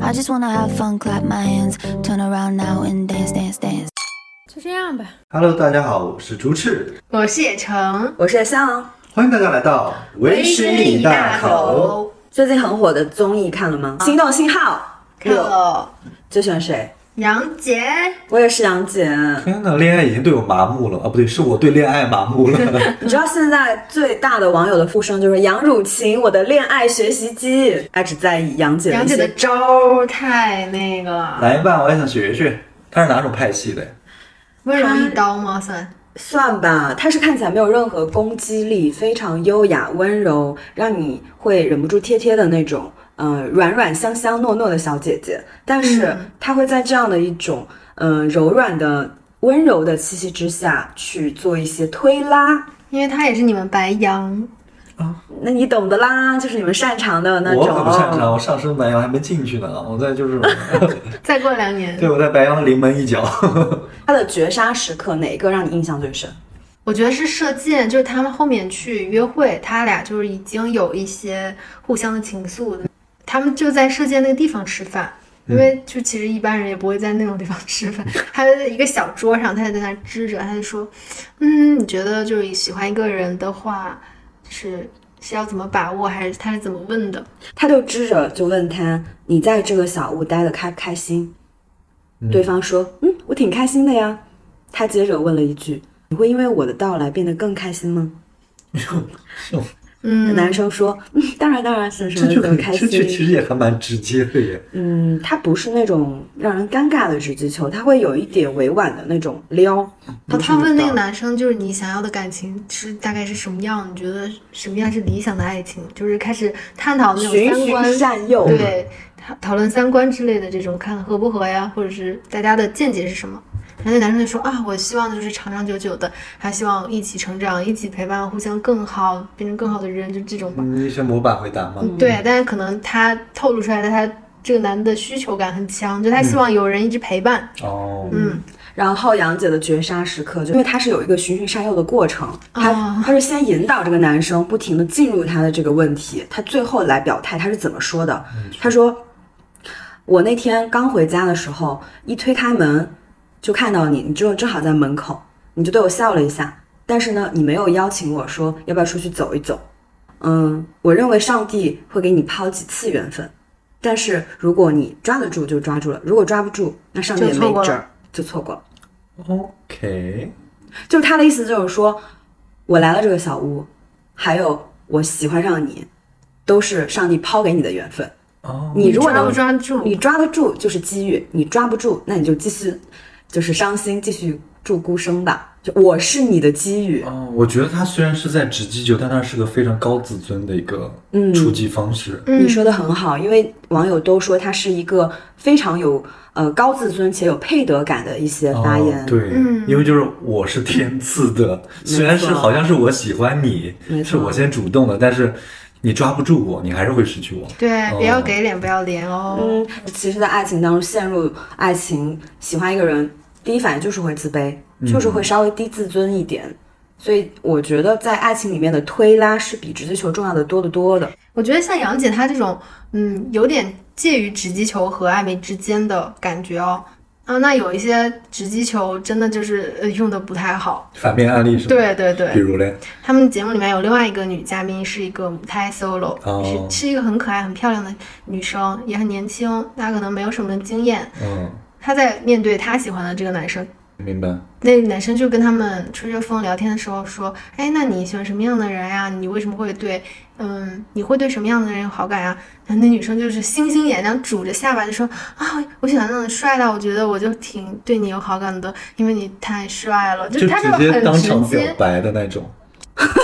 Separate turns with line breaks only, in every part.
I just wanna have fun, clap my hands, turn around now and dance, dance, dance.
就这样吧。
Hello，大家好，我是竹赤，
我是野城，
我是爱香。
欢迎大家来到维
是
师你大口。，
最近很火的综艺看了吗？心动信号
看了
最喜欢谁？
杨杰，
我也是杨戬。
天呐，恋爱已经对我麻木了啊，不对，是我对恋爱麻木 了。
你知道现在最大的网友的呼声就是杨汝晴，我的恋爱学习机。大家只在意杨戬
杨
一
姐的
些
招儿太那个了，
来吧，我也想学学，他是哪种派系的？
温柔一刀吗？算
算吧，她是看起来没有任何攻击力，非常优雅温柔，让你会忍不住贴贴的那种，呃，软软香香糯糯的小姐姐。但是
嗯
她会在这样的一种，呃，柔软的。温柔的气息之下去做一些推拉，
因为他也是你们白羊，
那你懂的啦，就是你们擅长的那种。
我可不擅长，我上升白羊还没进去 呢，我在就是
再过两年，
对我在白羊的临门一脚。
他的绝杀时刻哪一个让你印象最深？
我觉得是射箭，就是他们后面去约会，他俩就是已经有一些互相的情愫的，他们就在射箭那个地方吃饭。因
嗯
为就其实一般人也不会在那种地方吃饭，他就在一个小桌上，他就在那儿支着，他就说，嗯，你觉得就是喜欢一个人的话，是是要怎么把握，还是他是怎么问的？
他就支着就问他：“你在这个小屋待的开不开心？”对方说：“嗯，我挺开心的呀。”他接着问了一句：“你会因为我的到来变得更开心吗？”
嗯，
男生说：“嗯，当然，当然，什么什
这
么
句
更
很，
开
这句其
心。
实也还蛮直接的耶。”
嗯，他不是那种让人尴尬的直击球，他会有一点委婉的那种撩。
哦，
不是
他问那个
道
男生，就是你想要的感情是大概是什么样？你觉得什么样是理想的爱情？就是开始探讨那种
循
三观，
循善诱，
对，讨讨论三观之类的这种，看合不合呀，或者是大家的见解是什么。然后那男生就说啊，我希望的就是长长久久的，还希望一起成长，一起陪伴，互相更好，变成更好的人，就这种吧。
嗯
你是模板回答吗？
对，但是可能他透露出来的他。这个男的需求感很强，就他希望有人一直陪伴。
哦，
嗯然后杨姐的绝杀时刻，就因为她是有一个循循善诱的过程，
哦啊
她她是先引导这个男生不停的进入他的这个问题，她最后来表态，她是怎么说的？她说：“我那天刚回家的时候，一推开门就看到你，你就正好在门口，你就对我笑了一下，但是呢，你没有邀请我说要不要出去走一走。嗯，我认为上帝会给你抛几次缘分，但是如果你抓得住就抓住了，如果抓不住，那上帝也
就错
没
过了
辙儿，就错过了。”
OK，
就是他的意思就是说，我来了这个小屋，还有我喜欢上你，都是上帝抛给你的缘分。
哦，
你如果
抓不
能
抓住？
你抓得住就是机遇，你抓不住，那你就继续就是伤心，继续住孤生吧。就我是你的机遇，
哦，我觉得他虽然是在直击球，但他是个非常高自尊的一个
嗯
出击方式。
你说的很好，因为网友都说他是一个非常有呃高自尊且有配得感的一些发
哦、
言。
对，
嗯
因为就是我是天赐的，虽然是好像是我喜欢你，
没错
是我先主动的，但是你抓不住我，你还是会失去我。
对，不要
哦
给脸不要脸哦。
嗯，其实，在爱情当中陷入爱情，喜欢一个人，第一反应就是会自卑，就是会稍微低自尊一点。所以我觉得，在爱情里面的推拉是比直接球重要的多得多的。
我觉得像杨姐她这种，嗯，有点介于直击球和暧昧之间的感觉哦。啊，那有一些直击球真的就是呃用的不太好。
反面案例是吗？
对对
比
对，
如嘞，
他们节目里面有另外一个女嘉宾是一个母胎 solo，、
哦
是是一个很可爱、很漂亮的女生，也很年轻，她可能没有什么经验。
嗯，
她在面对她喜欢的这个男生，
明白。
那个男生就跟他们吹着风聊天的时候说：“哎，那你喜欢什么样的人呀、你为什么会对，嗯，你会对什么样的人有好感呀、然后那女生就是星星眼那样拄着下巴就说：“啊，我喜欢那种帅啊的，我觉得我就挺对你有好感的，因为你太帅了。”就
就
他
直
就
接
很
当
直
场表
接。
白的那种。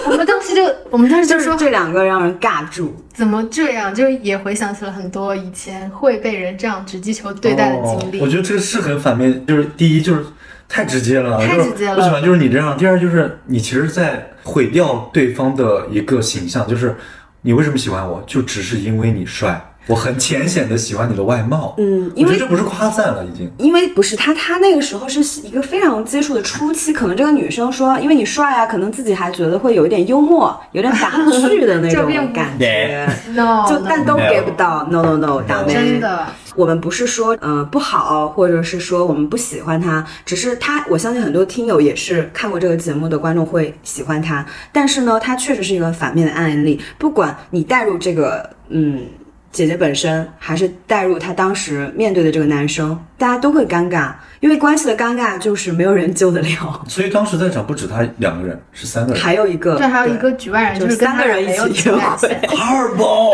我们当时就，我们当时就
就是
说
这两个让人尬住。
怎么这样，就也回想起了很多以前会被人这样直击球对待的经历。
哦我觉得这个是很反面，就是第一就是太直接了，
太直接
就是
了
不喜欢就是你这样。第二就是你其实，在毁掉对方的一个形象，就是你为什么喜欢我，就只是因为你帅，我很浅显的喜欢你的外貌。
嗯
我
因
觉
为
得这不是夸赞了，已经。
因为不是他，他那个时候是一个非常接触的初期，可能这个女生说，因为你帅啊，可能自己还觉得会有一点幽默，有点打趣的那
这并
种
不
感觉，
no，
就但都
no
给不到，no no no，打妹
真的，
我们不是说呃不好，或者是说我们不喜欢他，只是他，我相信很多听友也是看过这个节目的观众会喜欢他，但是呢，他确实是一个反面的案例。不管你带入这个嗯姐姐本身，还是带入她当时面对的这个男生，大家都会尴尬，因为关系的尴尬就是没有人救得了。
所以当时在场不止他两个人，是三个人。
还有一个，
对，还有一个局外人，
就是
跟
三
他
个人
没有
一起约
情感
会
线，
二 包，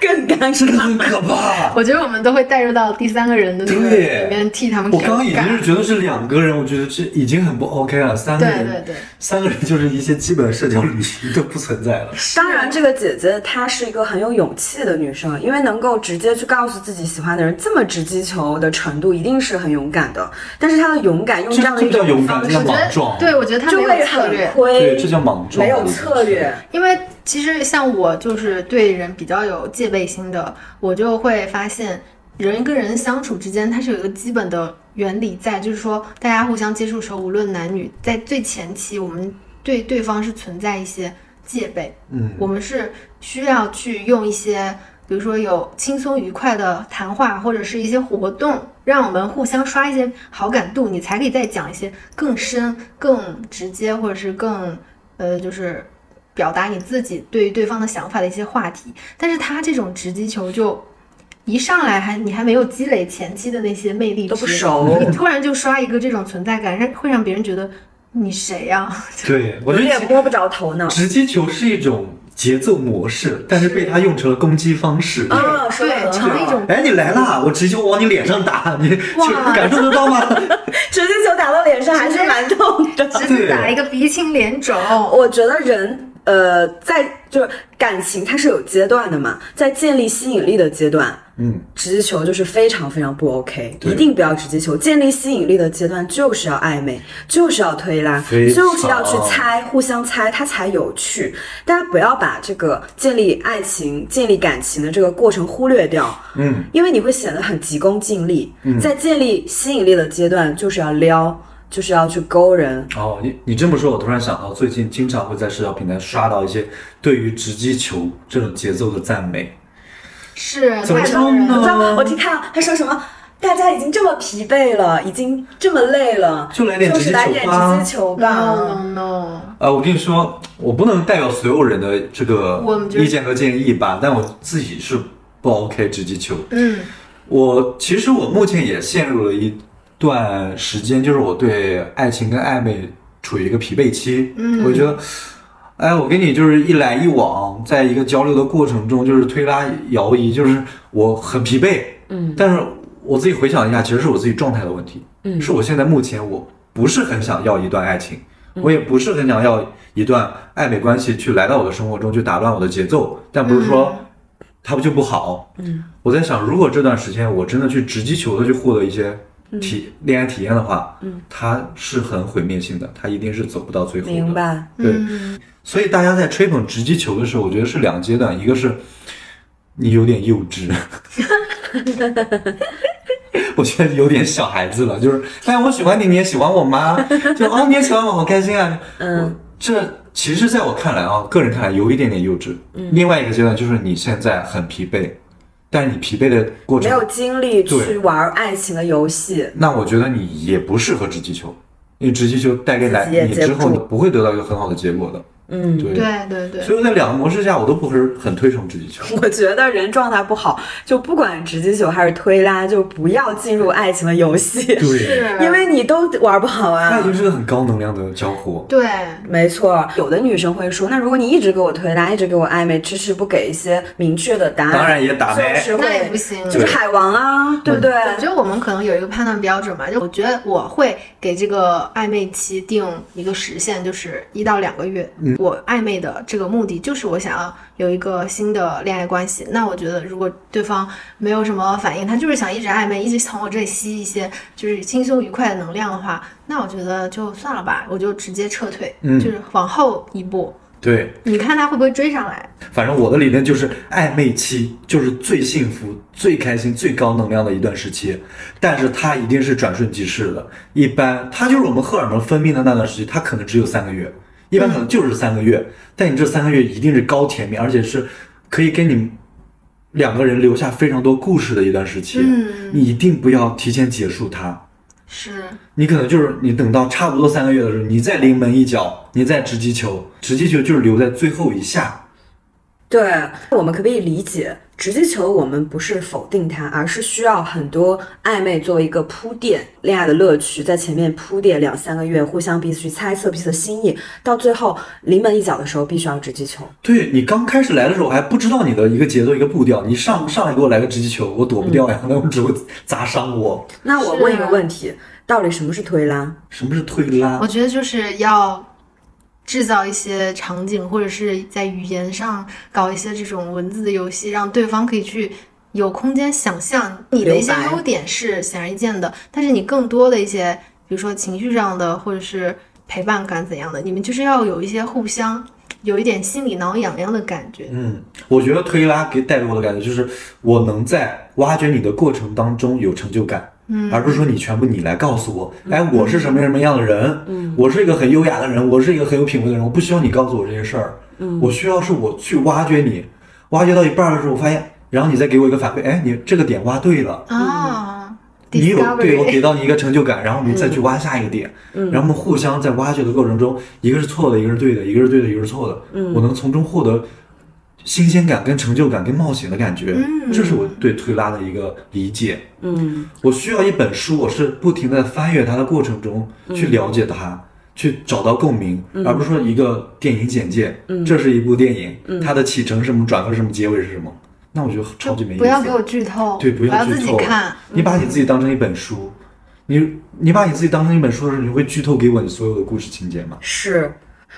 更尴
真的
尬。
很可怕。
我觉得我们都会带入到第三个人的那个
对
里面替他们
我
尴
刚刚已经
尬
是。觉得是两个人，我觉得这已经很不 OK 了。三个
对
人，
对对，
三个人就是一些基本的社交礼仪都不存在了。
当然，这个姐姐她是一个很有勇气的女生，因为能够直接去告诉自己喜欢的人这么直击球的程度，一定是很勇敢的。但是她的勇敢用
这
样的一
这叫勇
种
敢这
方
叫，
式
我觉
莽撞
得，对，我觉得他
就
没
会
有策
很
略，
亏，
对，这叫莽撞，
没有策略。。
因为其实像我就是对人比较有戒备心的，我就会发现人跟人相处之间，它是有一个基本的原理在，就是说大家互相接触的时候，无论男女，在最前期我们对对方是存在一些戒备，
嗯，
我们是需要去用一些，比如说有轻松愉快的谈话，或者是一些活动，让我们互相刷一些好感度，你才可以再讲一些更深、更直接，或者是更呃，就是表达你自己对于对方的想法的一些话题。但是他这种直击球就。一上来还你还没有积累前期的那些魅力值，
都不熟
你突然就刷一个这种存在感，让会让别人觉得你谁啊呀、
对，我
有
觉得
点摸不着头脑。
直击球是一种节奏模式，但是被他用成了攻击方式。
啊，说得
对，
很
成了一
好
种
哎，你来啦！我直接往你脸上打， 你就感受得到吗？
直接球打到脸上还是蛮痛的。
直接打一个鼻青脸肿。
我觉得人呃，在就是感情它是有阶段的嘛，在建立吸引力的阶段，
嗯，
直击球就是非常非常不 OK，
对
一定不要直击球。建立吸引力的阶段就是要暧昧，就是要推拉，
非常
就是要去猜，互相猜，它才有趣。大家不要把这个建立爱情、建立感情的这个过程忽略掉，
嗯，
因为你会显得很急功近利。在建立吸引力的阶段，就是要撩，就是要去勾人，
哦，你你这么说，我突然想到，最近经常会在社交平台刷到一些对于直击球这种节奏的赞美。
是
怎么
太
说
多人
呢
我知
了。
道，我听看到他说什么，大家已经这么疲惫了，已经这么累了，
就来点直
是
击
来
球
点
吧
直击球
No
吧。
no no，
啊，我跟你说，我不能代表所有人的这个
我们觉得
意见和建议吧，但我自己是不 OK 直击球。
嗯，
我其实我目前也陷入了一段时间，就是我对爱情跟暧昧处于一个疲惫期。嗯，我觉得，哎，我跟你就是一来一往，在一个交流的过程中，就是推拉摇移，就是我很疲惫。嗯，但是我自己回想一下，其实是我自己状态的问题。嗯，是我现在目前我不是很想要一段爱情，我也不是很想要一段暧昧关系去来到我的生活中去打乱我的节奏，但不是说它不就不好。嗯，我在想，如果这段时间我真的去直击球的去获得一些体、恋爱体验的话，嗯，它是很毁灭性的，它一定是走不到最后的。
明。白，
对，
嗯
所以大家在吹捧直击球的时候，我觉得是两个阶段，一个是你有点幼稚。 我觉得有点小孩子了，就是，哎，我喜欢你，你也喜欢我吗？就哦，你也喜欢我，好开心 啊！嗯，这其实在我看来啊，个人看来有一点点幼稚。嗯，另外一个阶段就是你现在很疲惫，但是你疲惫的过
没
程
有精力去
对
玩爱情的游戏，
那我觉得你也不适合直击球，因为直击球带给
自己也
男你
接
之
不
后
住
你不会得到一个很好的结果的。嗯，对。
对对对，
所以在两个模式下，我都不是很推崇直击球。
我觉得人状态不好，就不管直击球还是推拉，就不要进入爱情的游戏，
对，
因为你都玩不好
那
啊
已。经是个很高能量的交互。
对
没错，有的女生会说，那如果你一直给我推拉，一直给我暧昧，迟迟不给一些明确的答案，
当然也打呗
就是会
那也不行
就是海王啊，对不对？
我觉得我们可能有一个判断标准吧，就我觉得我会给这个暧昧期定一个时限，就是一到两个月。我暧昧的这个目的就是我想要有一个新的恋爱关系。那我觉得如果对方没有什么反应，他就是想一直暧昧，一直从我这里吸一些就是轻松愉快的能量的话，那我觉得就算了吧，我就直接撤退，
嗯
就是往后一步，
对，
你看他会不会追上来？
反正我的理论就是，暧昧期就是最幸福、最开心、最高能量的一段时期，但是它一定是转瞬即逝的。一般它就是我们荷尔蒙分泌的那段时期，它可能只有三个月，一般可能就是三个月。但你这三个月一定是高甜蜜，而且是可以给你两个人留下非常多故事的一段时期，
嗯
你一定不要提前结束它。
是，
你可能就是你等到差不多三个月的时候，你再临门一脚，你再直击球，直击球就是留在最后一下。
对，我们可不可以理解直击球？我们不是否定它，而是需要很多暧昧作为一个铺垫，恋爱的乐趣在前面铺垫两三个月，互相彼此去猜测彼此的心意，到最后临门一脚的时候，必须要直击球。
对你刚开始来的时候，我还不知道你的一个节奏一个步调，你上上来给我来个直击球，我躲不掉呀， 那我只会砸伤我。
那我
是
问一个问题，到底什么是推拉？
什么是推拉
我？觉得就是要制造一些场景，或者是在语言上搞一些这种文字的游戏，让对方可以去有空间想象你的一些
留白
优点是显而易见的，但是你更多的一些，比如说情绪上的，或者是陪伴感怎样的，你们就是要有一些互相有一点心里挠痒痒的感觉。
嗯，我觉得推拉给带给我的感觉就是，我能在挖掘你的过程当中有成就感，嗯，而不是说你全部你来告诉我，哎，我是什么什么样的人，嗯，我是一个很优雅的人，我是一个很有品味的人，我不需要你告诉我这些事儿，嗯，我需要是我去挖掘你，挖掘到一半的时候，我发现，然后你再给我一个反馈，哎，你这个点挖对了。
啊，
嗯你有
discovery 嗯
对我给到你一个成就感，然后我们再去挖下一个点，然后我们互相在挖掘的过程中，一个是错的，一个是对的，一个是对的，一个是错的，
嗯
我能从中获得新鲜感、跟成就感、跟冒险的感觉，
嗯
这是我对推拉的一个理解。
嗯，
我需要一本书，我是不停的翻阅它的过程中
嗯
去了解它，去找到共鸣，而不是说一个电影简介，
嗯
这是一部电影，它的启程是什么，转折是什么，结尾是什么，那我觉得超级没意思。
不要给我剧透，
对，不
哦我要
剧
自己
透。
看。嗯
你把你自己当成一本书，你你把你自己当成一本书的时候，你会剧透给我你所有的故事情节吗？
是。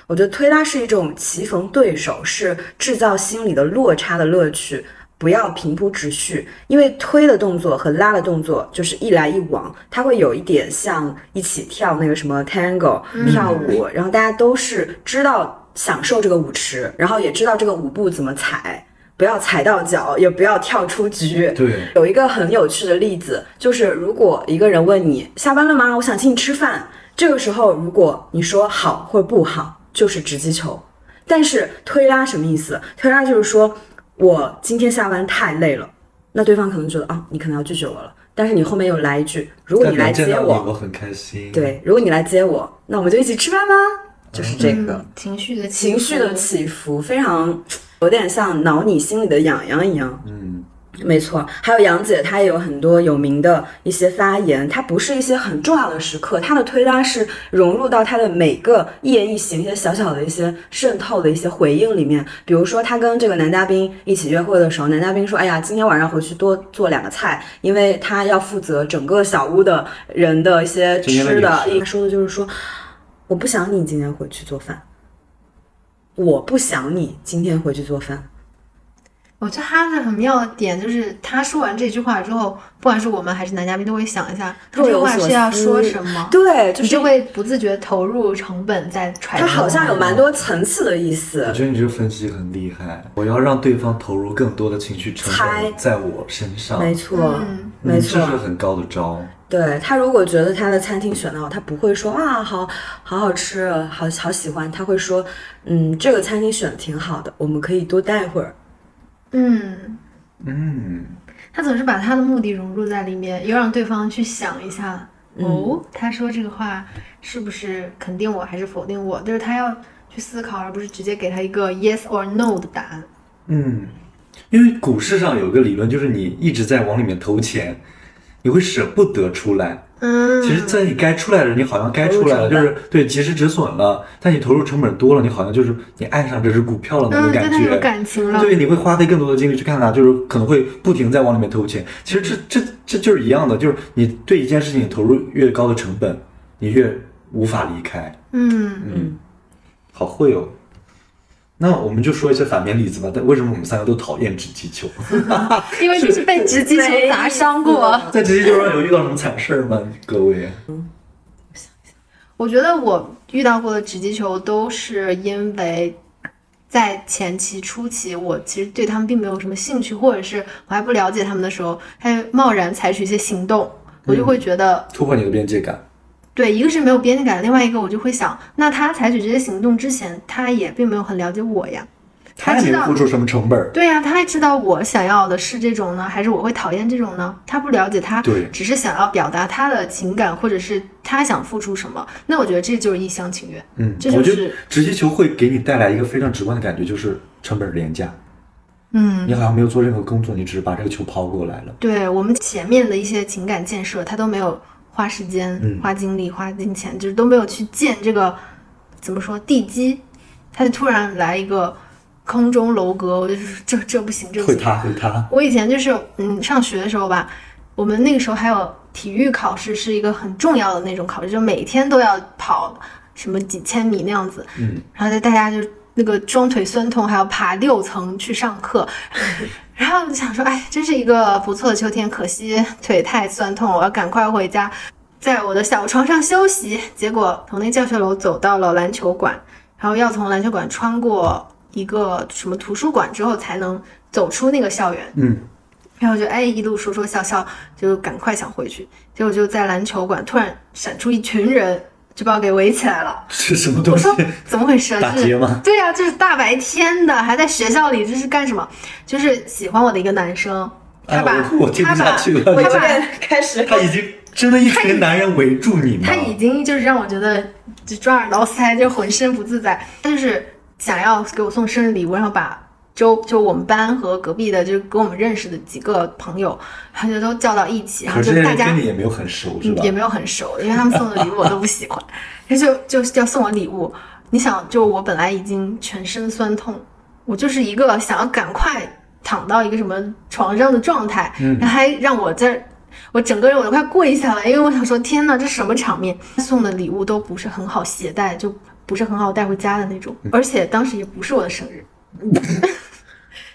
我觉得推拉是一种棋逢对手，是制造心理的落差的乐趣。不要平铺直叙，因为推的动作和拉的动作就是一来一往，它会有一点像一起跳那个什么 tango 跳舞，然后大家都是知道享受这个舞池，然后也知道这个舞步怎么踩，不要踩到脚，也不要跳出局。
对，
有一个很有趣的例子，就是如果一个人问你下班了吗？我想请你吃饭。这个时候，如果你说好或不好，就是直击球。但是推拉什么意思？推拉就是说我今天下班太累了，那对方可能觉得啊，你可能要拒绝我了。但是你后面又来一句，如果
但
你来
能见
接
到你，
我，
我很开心。，
对，如果你来接我，那我们就一起吃饭吧。就是这个。
嗯情绪的
情绪的起伏非常，有点像挠你心里的痒痒一样。
嗯，
没错，还有杨姐，她也有很多有名的一些发言，她不是一些很重要的时刻，她的推拉是融入到她的每个一言一行、一些小小的一些渗透的一些回应里面。比如说，她跟这个男嘉宾一起约会的时候，男嘉宾说：“哎呀，今天晚上回去多做两个菜，因为他要负责整个小屋的人的一些
今天的
吃的。”
饮食
她说的就是说，我不想你今天回去做饭，我不想你今天回去做饭。
我觉得他的很妙的点就是，他说完这句话之后，不管是我们还是男嘉宾，都会想一下，他这句话是要说什么，
对，就
你
是
就会不自觉投入成本在揣
它
摩。
好像有蛮多层次的意
我
思。
觉得你这个分析很厉害。我要让对方投入更多的情绪成
猜
本在我身上，
没
嗯
错，
嗯
没错
这，是很高的招。
对他如果觉得他的餐厅选的好，他不会说啊，好好好吃，好好喜欢，他会说，嗯，这个餐厅选的挺好的，我们可以多待会儿。
嗯，
嗯，
他总是把他的目的融入在里面，又让对方去想一下，
嗯
哦，他说这个话是不是肯定我还是否定我？就是他要去思考，而不是直接给他一个 yes or no 的答案。
嗯，因为股市上有个理论，就是你一直在往里面投钱，你会舍不得出来。
嗯，
其实，在你该出来的时候，你好像该出来了，
投入
就
成
是对及时止损了。但你投入成本多了，你好像就是你爱上这只股票了那
嗯，
种
对
感
他有
觉。
感情了。
对，你会花费更多的精力去看它，就是可能会不停在往里面投钱。其实这这这就是一样的，就是你对一件事情投入越高的成本，你越无法离开。
嗯，
好会哦。那我们就说一些反面例子吧。但为什么我们三个都讨厌直击球？
因为就是被直击球砸伤过。
在直击球上有遇到什么惨事儿吗？各位，
我觉得我遇到过的直击球都是因为在前期初期，我其实对他们并没有什么兴趣，或者是我还不了解他们的时候，还贸然采取一些行动，我就会觉得，
突破你的边界感。
对，一个是没有边界感，另外一个我就会想，那他采取这些行动之前，他也并没有很了解我呀。
他也
知
没
道
付出什么成本。
对呀、他还知道我想要的是这种呢，还是我会讨厌这种呢？他不了解他，
对
只是想要表达他的情感，或者是他想付出什么。那我觉得这就是一厢情愿。
嗯，
这
我
就
觉
是
得直接球会给你带来一个非常直观的感觉，就是成本廉价。
嗯，
你好像没有做任何工作，你只是把这个球抛过来了。
对我们前面的一些情感建设，他都没有花时间、
嗯
花精力、花金钱，就是都没有去建这个怎么说地基，他就突然来一个空中楼阁，我就是说这这不行，这不
会
行。
塌会塌，
我以前就是嗯，上学的时候吧，我们那个时候还有体育考试是一个很重要的那种考试，就每天都要跑什么几千米那样子，
嗯，
然后大家就那个双腿酸痛，还要爬六层去上课。然后我就想说，哎，真是一个不错的秋天，可惜腿太酸痛，我要赶快回家，在我的小床上休息。结果从那教学楼走到了篮球馆，然后要从篮球馆穿过一个什么图书馆之后，才能走出那个校园。
嗯，
然后我就哎一路说说笑笑，就赶快想回去。结果就在篮球馆突然闪出一群人，就把我给围起来了。
是什么东
我
西
说？怎么回事？啊
打
就是
劫吗？
对呀、这是大白天的，还在学校里，这是干什么？就是喜欢我的一个男生，他把、
哎我我听不
他
下
把
去了
他
我这
把
边开始
他已经真的一群男人围住你吗
他？已经就是让我觉得就抓耳挠腮，就浑身不自在。但是想要给我送生日礼物，然后把周就我们班和隔壁的就跟我们认识的几个朋友，他就都叫到一起，然后
可是
就
这些
大
人
家
跟你也没有很熟，是吧
嗯也？没有很熟，因为他们送的礼物我都不喜欢，他就就是要送我礼物。你想，就我本来已经全身酸痛，我就是一个想要赶快躺到一个什么床上的状态，
嗯
然后还让我在。我整个人我都快跪下了，因为我想说，天哪，这什么场面？送的礼物都不是很好携带，就不是很好带回家的那种，而且当时也不是我的生日，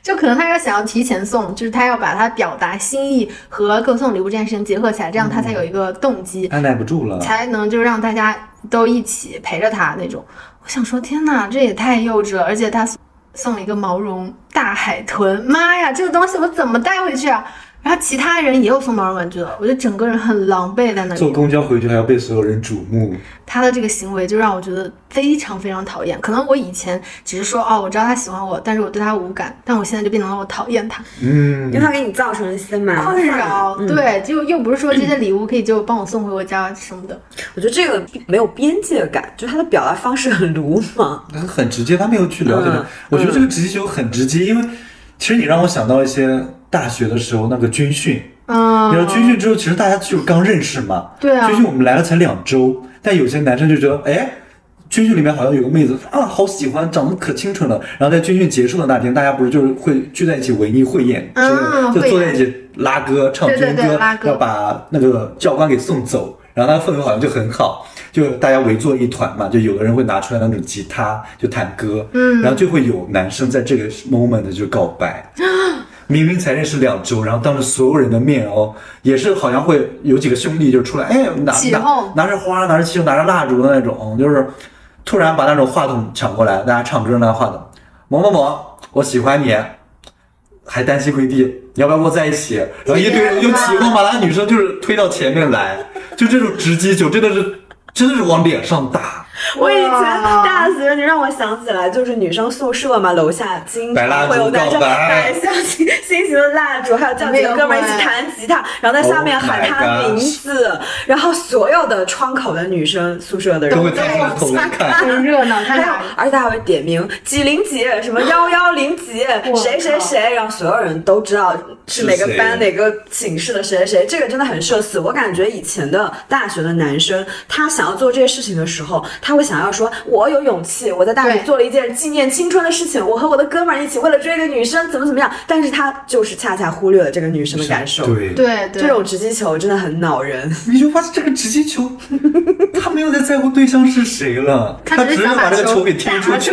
就可能他要想要提前送，就是他要把他表达心意和赠送礼物这件事情结合起来，这样他才有一个动机，
按耐不住了，
才能就让大家都一起陪着他那种。我想说，天哪，这也太幼稚了！而且他送送了一个毛绒大海豚，妈呀，这个东西我怎么带回去啊？然后其他人也有送毛绒玩具的，我就整个人很狼狈在那里。
坐公交回去还要被所有人瞩目。
他的这个行为就让我觉得非常非常讨厌。可能我以前只是说哦，我知道他喜欢我，但是我对他无感，但我现在就变成了我讨厌他。
嗯
因为，他给你造成了一些麻
困
烦。
扰，对，就又不是说这些礼物可以就帮我送回我家什么的，
我觉得这个没有边界感，就是他的表达方式很鲁莽。
他很直接，他没有去了解他。
嗯
我觉得这个直接球很直接，因为其实你让我想到一些大学的时候那个军训，
嗯，
你知道军训之后，其实大家就是刚认识嘛。
对啊
军训我们来了才两周，但有些男生就觉得，哎，军训里面好像有个妹子啊，好喜欢，长得可清纯了。然后在军训结束的那天，大家不是就是会聚在一起文艺汇演，
啊
就是就坐
汇
在
演
一起拉歌、唱
对
军
对
歌，
对拉歌
要把那个教官给送走。然后那个氛围好像就很好，就大家围坐一团嘛，就有的人会拿出来那种吉他就弹歌，嗯，然后就会有男生在这个 moment 就告白，明明才认识两周，然后当着所有人的面哦，也是好像会有几个兄弟就出来，哎，拿
起
拿
哄
拿着花，拿着气球，拿着蜡烛的那种，就是突然把那种话筒抢过来，大家唱歌那话筒，某某某，我喜欢你，还单膝跪地，你要不要跟我在一起？然后一堆人用起哄把那个女生就是推到前面来，就这种直击球真的是真的是往脸上打，
我以前大学，你让我想起来，就是女生宿舍嘛，楼下经
摆蜡
常
烛
会有男
告
生
白
摆像 新新型的蜡烛，还有叫几个哥们
哎
儿一起弹吉他，然后在下面
Oh
喊
my
他
gosh
名字，然后所有的窗口的女生宿舍的人
都会探出头来看。
很热闹，
还
看
有
哪里，
而且他还会点名几零几，什么幺幺零几，
哇
谁谁谁，然后所有人都知道是哪个
是谁
班哪个寝室的谁谁谁，这个真的很社死。我感觉以前的大学的男生，他想要做这些事情的时候，他会想要说，我有勇气，我在大学
对
做了一件纪念青春的事情，我和我的哥们儿一起为了追一个女生，怎么怎么样，但是他就是恰恰忽略了这个女生的感受。
对，
对
这
对，
种直击球真的很恼人。
你就发现这个直接 球，他没有在在乎对象是谁了，他
只
只
是
是
想
把这个
球
球给踢出去。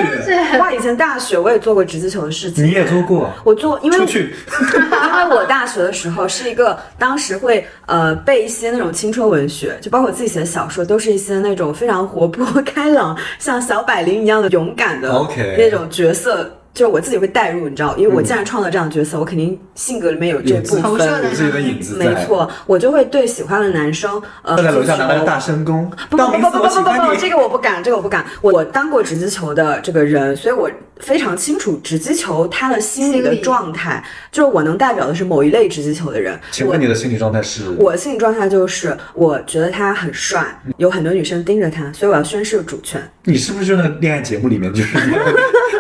哇，以前大学我也做过直击球的事情，
你也做过，
我做，因为
出去，
因为我大学的时候是一个当时会呃背一些那种青春文学，就包括我自己写的小说，都是一些那 种非常活泼开朗，像小百灵一样的勇敢的
OK 嗯
那种角色。就是我自己会代入，你知道，因为我既然创造这样的角色，我肯定性格里面有这部
投
分。
射在
有自己的影子在
没错，我就会对喜欢的男生，呃，
在楼下拿了
就
个
是
大声公，
不不
道
不
明
不
寺
不
我喜
不不
欢
不，
你。
这个我不敢，这个我不敢。我我当过直击球的这个人，所以我非常清楚直击球他的心理
心
的
理
状态。就是我能代表的是某一类直击球的人。
请问你的心理状态是？
我心理状态就是，我觉得他很帅，有很多女生盯着他，所以我要宣誓主权。
你是不是就那个恋爱节目里面就是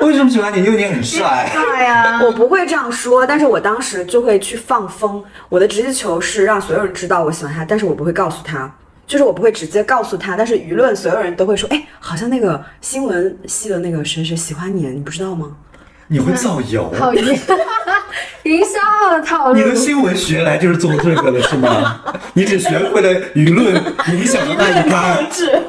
为什么喜欢你？因为你很帅。
对呀、
我不会这样说，但是我当时就会去放风。我的直接球是让所有人知道我喜欢他，但是我不会告诉他，就是我不会直接告诉他，但是舆论所有人都会说，哎，好像那个新闻系的那个谁谁喜欢你，你不知道吗？
你会造谣？
讨 厌，营销号的套路
你。的新闻学来就是做这个的是吗？你只学会了舆论影响的那一趴。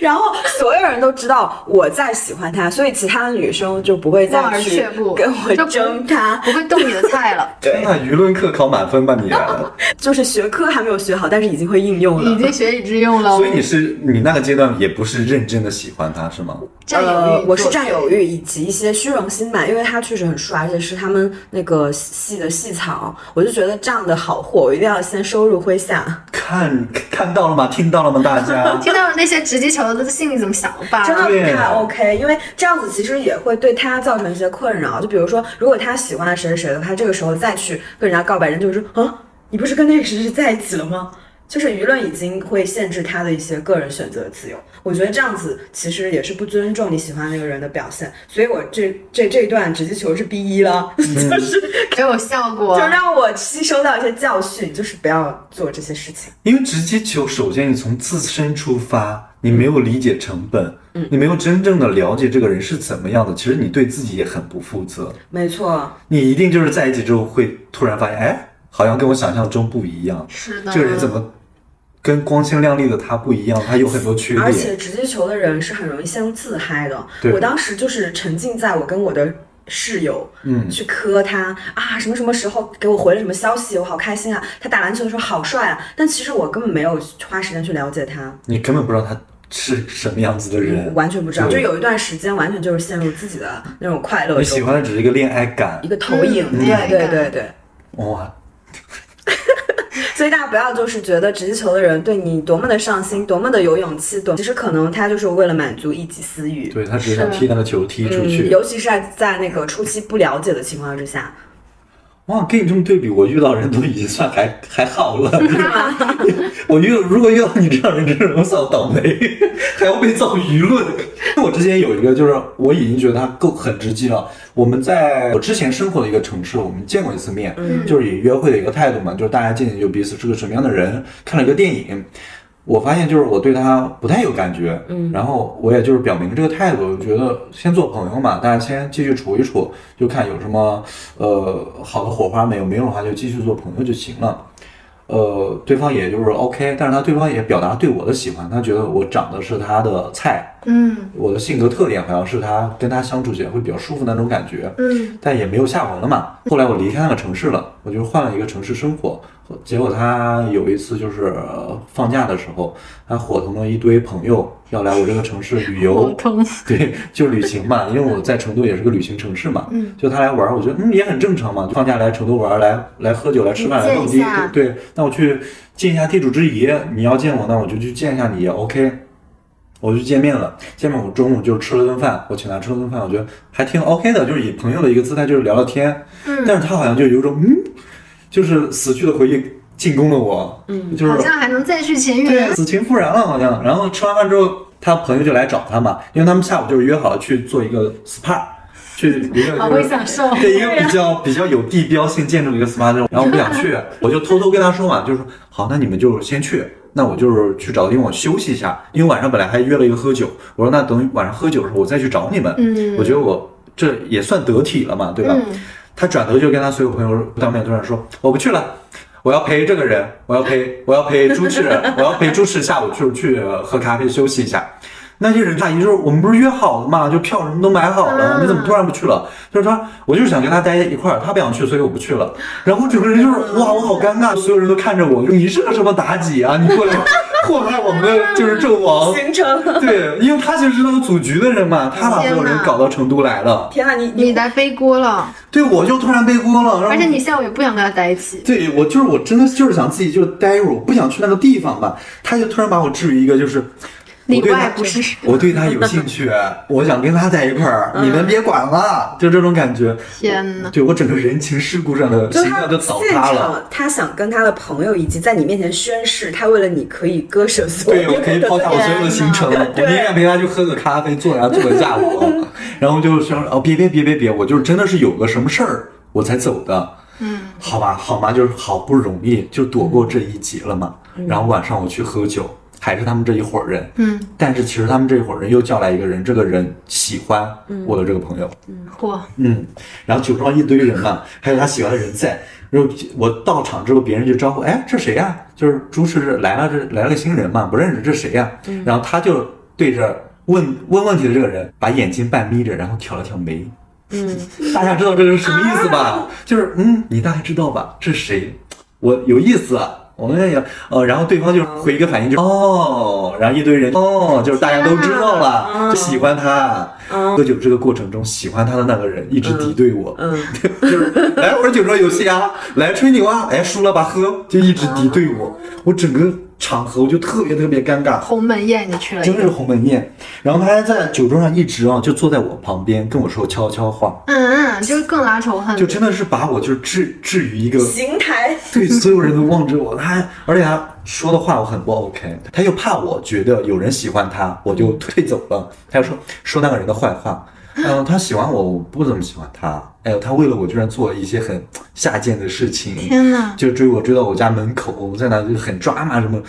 然后所有人都知道我在喜欢他，所以其他的女生就不会
望
再
而
去
却步，
跟我
就不
争他。
不会动你的菜 了，
天呐，舆论课考满分吧你、啊
就是学科还没有学好，但是已经会应用了。
已经学以致用了。
所以你是你那个阶段也不是认真的喜欢他是吗？
占有欲、，
呃，我是占有欲以及一些虚荣心吧，因为他确实很帅，而且是他们那个系的系草，我就觉得这样的好货，我一定要先收入麾下。
看看到了吗？听到了吗？大家
听到那些直击球的心里怎么想吧？
真的不
对
太 OK，因为这样子其实也会对他造成一些困扰。就比如说，如果他喜欢谁谁谁的，他这个时候再去跟人家告白，人就会说啊，你不是跟那个谁谁在一起了吗？就是舆论已经会限制他的一些个人选择自由，我觉得这样子其实也是不尊重你喜欢那个人的表现，所以我这这这一段直接球是 B 一了，就是
没有效果
就。让我吸收到一些教训，就是不要做这些事情。
因为直击球，首先你从自身出发，你没有理解成本，
嗯
你没有真正的了解这个人是怎么样的，其实你对自己也很不负责。
没错，
你一定就是在一起之后会突然发现，哎，好像跟我想象中不一样，
是的，
这个人怎么跟光鲜亮丽的他不一样？他有很多缺
而
点。
且直接球的人是很容易陷入自嗨的。
对
我当时就是沉浸在我跟我的室友，
嗯
去磕他啊，什么什么时候给我回了什么消息，我好开心啊！他打篮球的时候好帅啊，但其实我根本没有花时间去了解他，
你根本不知道他是什么样子的人，
完全不知道。就
对
有一段时间，完全就是陷入自己的那种快乐
你
中
喜，欢的只是一个恋爱感
一，个投影。
嗯
对
恋爱
对
感
对对。
哇！
所以大家不要就是觉得直击球的人对你多么的上心，多么的有勇气，多其实可能他就是为了满足一己私欲。
对他只是想踢那个球踢出
嗯，
去。
尤其是在在那个初期不了解的情况之下，
哇，跟你这么对比，我遇到人都已经算还还好了。我遇如果遇到你这样人，真是我算我倒霉，还要被造舆论。我之前有一个，就是我已经觉得他够很直击了。我们在我之前生活的一个城市，我们见过一次面，
嗯
就是以约会的一个态度嘛，就是大家见见就彼此是个什么样的人。看了一个电影，我发现就是我对他不太有感觉，嗯，然后我也就是表明这个态度，我觉得先做朋友嘛，大家先继续处一处，就看有什么呃好的火花没有，没有的话就继续做朋友就行了。呃，对方也就是 OK，但是他对方也表达对我的喜欢，他觉得我长得是他的菜，
嗯
我的性格特点好像是他跟他相处起来会比较舒服那种感觉，
嗯，
但也没有下文了嘛。后来我离开那个城市了，我就换了一个城市生活。结果他有一次就是呃放假的时候，他伙同了一堆朋友要来我这个城市旅游，
通
对，就旅行 嘛，因为我在成都也是个旅行城市嘛，嗯，就他来玩儿，我觉得嗯也很正常嘛，就放假来成都玩儿，来来喝酒，来吃饭，来
嗯见
蹦
一
迪
下，
对，那我去尽一下地主之谊，你要见我，那我就去见一下你也，OK。我就见面了，见面我中午就吃了顿饭，我请他吃了顿饭，我觉得还挺 OK 的，就是以朋友的一个姿态，就是聊聊天。嗯，但是他好像就有一种嗯，就是死去的回忆进攻了我，嗯，就是
好像还能再续前
对，
缘。
死情复燃了好像。然后吃完饭之后，他朋友就来找他嘛，因为他们下午就是约好了去做一个 SPA，去一个
好会享受
对一个比较比较有地标性建筑的一个 SPA 这种。然后我不想去，我就偷偷跟他说嘛，就是好，那你们就先去。那我就是去找个地方我休息一下，因为晚上本来还约了一个喝酒，我说那等晚上喝酒的时候我再去找你们。
嗯
我觉得我这也算得体了嘛，对吧？
嗯
他转头就跟他所有朋友当面突然说：“我不去了，我要陪这个 呃人，我要陪，我要陪朱赤，我要陪朱赤下午去去喝咖啡休息一下。”那些人诧异，就是我们不是约好了嘛，就票什么都买好
嗯
了，你怎么突然不去了？就是他，我就是想跟他待在一块儿，他不想去，所以我不去了。然后我整个人就是
嗯
哇，我好尴尬，所有人都看着我，你是个什么妲己啊？你过来 祸害我们的就是纣王。
行程。
嗯
对，因为他其实是那个组局的人嘛，他把所有人搞到成都来了，
天呐，啊你
你
你
来背锅了，
对我就突然背锅了。然后
而且你下午也不想跟他在一起，
对我就是我真的就是想自己就是待一会儿，我不想去那个地方吧。他就突然把我置于一个就是。
里
我对
外
他
不是人
我对他有兴 趣，我想跟他在一块儿，你们别管了，就这种感觉。
天哪！
对我整个人情世故上的
就
形
他
象就倒
现
塌了。
场，他想跟他的朋友以及在你面前宣誓，他为了你可以割舍所有
对，
的。
我可以抛下我所有的行程，我宁愿陪他去喝个咖啡，坐他坐一下午，然后就说哦，别别别别别，我就是真的是有个什么事儿我才走的。嗯，好吧，好嘛，就是好不容易就躲过这一劫了嘛。然后晚上我去喝酒，还是他们这一伙人。
嗯，
但是其实他们这一伙人又叫来一个人，这个人喜欢我的这个朋友。
嚯，
嗯，然后酒庄一堆人嘛， 还有他喜欢的人在。然后我到场之后，别人就招呼：“哎，这谁呀、就是主持来了，这来了个新人嘛，不认识，这谁呀、然后他就对着问问问题的这个人，把眼睛半眯着，然后挑了挑眉。嗯，大家知道这个是什么意思吧？
啊
就是嗯，你大概知道吧？这是谁？我有意思、啊。我们也呃，然后对方就回一个反应
嗯
就哦，然后一堆人哦，就是大家都知道了，
嗯
就喜欢他。喝酒这个过程中，喜欢他的那个人一直敌对我，
嗯，
就是来玩酒桌游戏啊，来吹牛啊，哎输了吧喝，就一直敌对我，
嗯
我整个场合我就特别特别尴尬，
鸿门宴你去了一
真的是
个，
鸿门宴。然后他还在酒桌上一直啊，就坐在我旁边跟我说悄悄话，
嗯嗯，就是更拉仇恨，
就真的是把我就置置于一个
邢台，
对，所有人都望着我，他还而且他说的话我很不 OK，他又怕我觉得有人喜欢他，我就退走了。他又说说那个人的坏话，嗯、他喜欢我，我不怎么喜欢他。哎呦，他为了我居然做一些很下贱的事情，
天哪！
就追我追到我家门口，我在那就很抓马什么，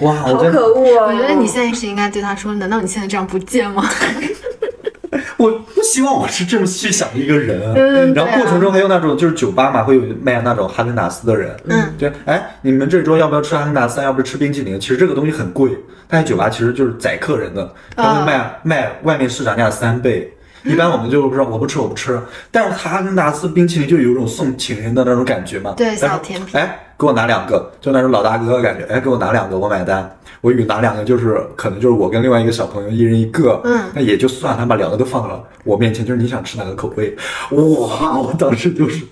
哇，
好
我在
可恶哦！
我觉得你现在是应该对他说，难道你现在这样不贱吗？
我不希望我是这么去想的一个人。
嗯
然后
对啊
过程中还有那种就是酒吧嘛，会有卖那种哈根达斯的人，
嗯，
对，哎，你们这桌要不要吃哈根达斯啊？要不吃冰淇淋？其实这个东西很贵，但是酒吧其实就是宰客人的，他
啊
会卖、卖外面市场价三倍。一般我们就是说我不吃我不吃，但是哈根达斯冰淇淋就有一种送情人的那种感觉嘛。
对
然后
小甜品
哎，给我拿两个，就那种老大哥的感觉。哎，给我拿两个，我买单。我以为拿两个就是可能就是我跟另外一个小朋友一人一个，
嗯
那也就算了，他把两个都放到了我面前，就是你想吃哪个口味，哇，我当时就是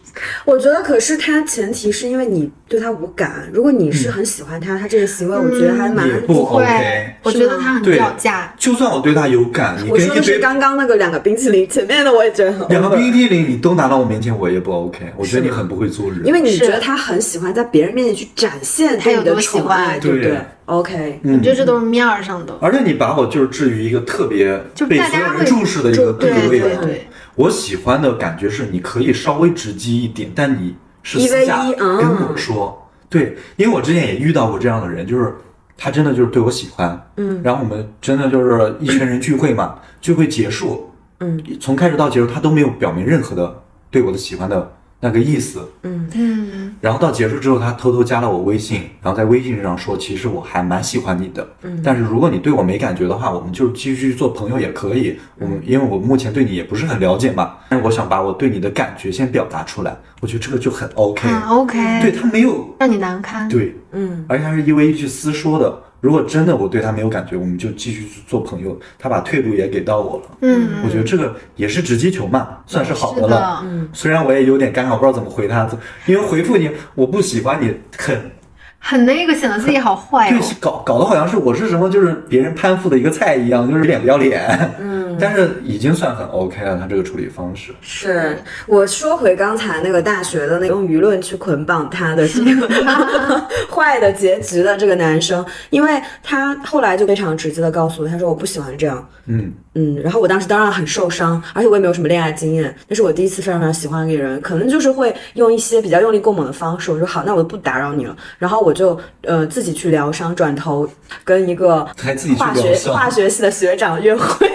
我觉得，可是他前提是因为你对他无感。如果你是很喜欢他，他这个行 为，我觉得还
嗯
蛮
也不
会
OK，。
我觉得他很
对
掉价，
就算我对他有感，你
我
跟
说
一
的是
堆
刚刚那个两个冰淇淋，前面的我也觉得很
两个
over
冰淇淋你都拿到我面前，我也不 OK，我觉得你很不会做人。
因为你
是
觉得他很喜欢在别人面前去展现
他有
对你的
多喜
宠爱，
欢
对不
对
对？OK，
嗯
我觉得这都是面儿上的。
而且你把我就是置于一个特别
就
被
大
所
家
有人
会
重视的一个
注
地
对
位
对
了。
对，
我喜欢的感觉是，你可以稍微直击一点，但你是
一 v
私下
一
跟
嗯
我说。对，因为我之前也遇到过这样的人，就是他真的就是对我喜欢，嗯，然后我们真的就是一群人聚会
嗯
嘛，聚会结束，嗯，从开始到结束他都没有表明任何的对我的喜欢的那个意思，
嗯，
然后到结束之后，他偷偷加了我微信，然后在微信上说，其实我还蛮喜欢你的，嗯，但是如果你对我没感觉的话，我们就继续做朋友也可以，我们因为我目前对你也不是很了解嘛，但是我想把我对你的感觉先表达出来，我觉得这个就很 OK，、
很嗯 OK，
对他没有
让你难堪。
对，
嗯，
而且他是因为一句私说的，如果真的我对他没有感觉，我们就继续做朋友，他把退路也给到我了，
嗯，
我觉得这个也是直击球嘛，算是好
是
的了。
的，
虽然我也有点尴尬，我不知道怎么回他，因为回复你我不喜欢你，很
很那个，显得自己好坏
对
哦。，
搞搞得好像是我是什么，就是别人攀附的一个菜一样，就是脸不要脸。嗯， 但是已经算很 OK 了，他这个处理方式。
是我说回刚才那个大学的那个用舆论去捆绑他的这个坏的结局的这个男生，因为他后来就非常直接的告诉我，他说我不喜欢这样，
嗯
嗯，然后我当时当然很受伤，而且我也没有什么恋爱经验，那是我第一次非常非常喜欢一个人，可能就是会用一些比较用力过猛的方式。我说好，那我就不打扰你了，然后我就呃自己去疗伤，转头跟一个
还自己去
化
疗
学
伤
化学系的学长约会。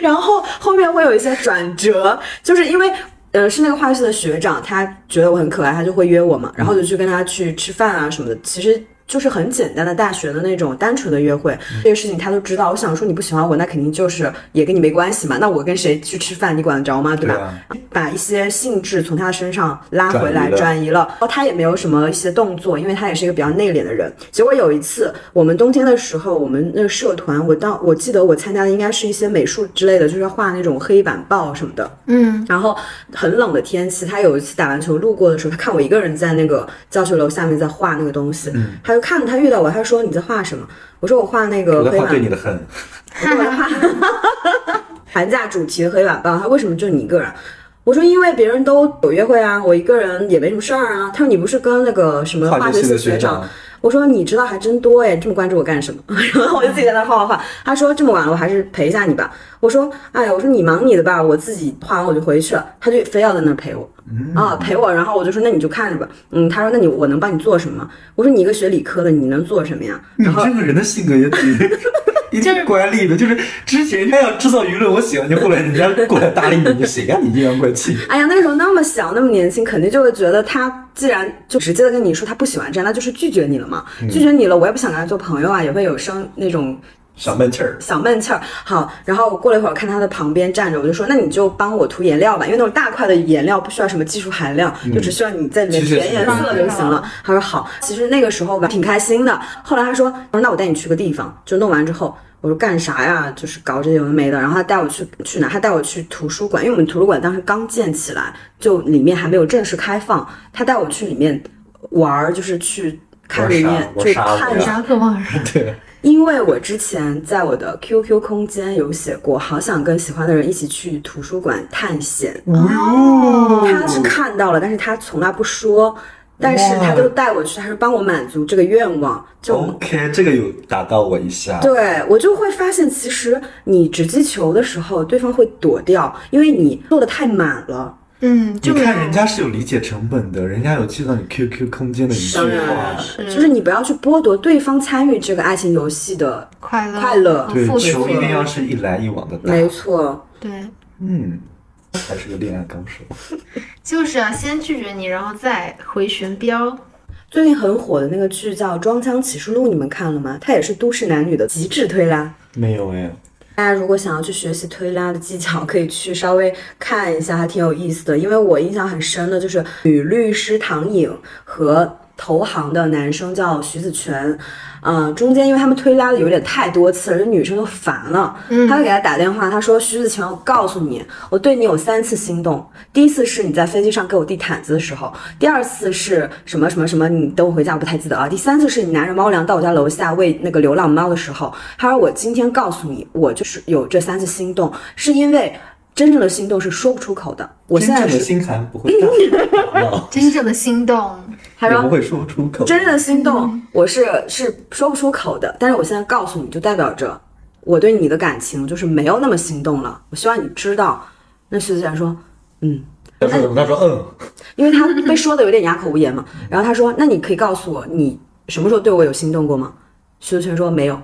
然后后面会有一些转折，就是因为。呃，是那个化学系的学长，他觉得我很可爱，他就会约我嘛，然后就去跟他去吃饭啊什么的。其实就是很简单的大学的那种单纯的约会，这些事情他都知道。我想说你不喜欢我，那肯定就是也跟你没关系嘛。那我跟谁去吃饭，你管得着吗？对吧？
对啊
把一些兴致从他身上拉回
转
来，
移了
转移了。然后他也没有什么一些动作，因为他也是一个比较内敛的人。结果有一次，我们冬天的时候，我们那个社团，我当我记得我参加的应该是一些美术之类的，就是要画那种黑板报什么的。
嗯，
然后很冷的天气，他有一次打篮球路过的时候，他看我一个人在那个教学楼下面在画那个东西，
嗯
他就看他遇到我，他说你在画什么？我说我画那个
我的
黑
话
板
对你的恨，
寒假主题的黑板报，他为什么就你一个人？我说因为别人都有约会啊，我一个人也没什么事儿啊。他说你不是跟那个什么
化
化
学
学
系的
系
学
学
长
长？我说你知道还真多哎，这么关注我干什么？ 然后我就自己在那画画画。他说这么晚了，我还是陪一下你吧。我说哎呀，我说你忙你的吧，我自己画完我就回去了。他就非要在那儿陪我，
嗯
啊陪我。然后我就说那你就看着吧。嗯，他说那你我能帮你做什么吗？我说你一个学理科的，你能做什么呀？
你
然后
这个人的性格也 挺也挺乖戾的，就是之前他要制造舆论，我喜欢就后来人家过来搭理你，你谁呀、你阴阳怪气？
哎呀，那个时候那么小，那么年轻，肯定就会觉得他既然就直接的跟你说他不喜欢这样，那就是拒绝你了嘛。拒绝你了，我也不想跟他做朋友啊，也会有生那种
小闷气 儿，
小闷气儿。好，然后我过了一会儿看他的旁边站着，我就说那你就帮我涂颜料吧，因为那种大块的颜料不需要什么技术含量，就只需要你在里面
其实
填颜色就行了。他说好，其实那个时候吧挺开心的。后来他说，我说那我带你去个地方，就弄完之后。我说干啥呀？就是搞这些有的没的。然后他带我去去哪？他带我去图书馆，因为我们图书馆当时刚建起来，就里面还没有正式开放。他带我去里面玩儿，就是去看里面，
玩
就
啥玩啥
看
玩啥
啥可忘啥。
对，
因为我之前在我的 QQ 空间有写过，好想跟喜欢的人一起去图书馆探险。
哦
他是看到了，但是他从来不说，但是他就带我去，他是帮我满足这个愿望。就
OK，这个有打到我一下，
对我就会发现，其实你只击球的时候，对方会躲掉，因为你做的太满了。
嗯，
你
就
看人家是有理解成本的，人家有记到你 QQ 空间的一句话，
就是你不要去剥夺对方参与这个爱情游戏的。
快乐
快乐
和
对，
富足
球一定要是一来一往的打，
没错，
对，
嗯，还是个恋爱高手，
就是啊，先拒绝你，然后再回旋镖。
最近很火的那个剧叫《装腔启示录》，你们看了吗？它也是都市男女的极致推拉。
没有哎，
大家如果想要去学习推拉的技巧，可以去稍微看一下，还挺有意思的。因为我印象很深的就是女律师唐颖和投行的男生叫徐子泉，嗯、中间因为他们推拉的有点太多次了，这女生都烦了，她就给他打电话，她说：“徐子泉，我告诉你，我对你有三次心动。第一次是你在飞机上给我递毯子的时候，第二次是什么什么什么，你等我回家，我不太记得啊。第三次是你拿着猫粮到我家楼下喂那个流浪猫的时候，他说我今天告诉你，我就是有这三次心动，是因为真正的心动是说不出口的。我现
真
在
正的
是
心寒不会 大，啊
真正的心动，
他
也不
说。
会说出口，
真正的心动，我是是说不出口的，但是我现在告诉你，就代表着我对你的感情就是没有那么心动了。我希望你知道。那徐子然说，嗯，
他说什么？他说嗯，
因为他被说的有点哑口无言嘛。然后他说：“那你可以告诉我，你什么时候对我有心动过吗？”徐子泉说：“没有。”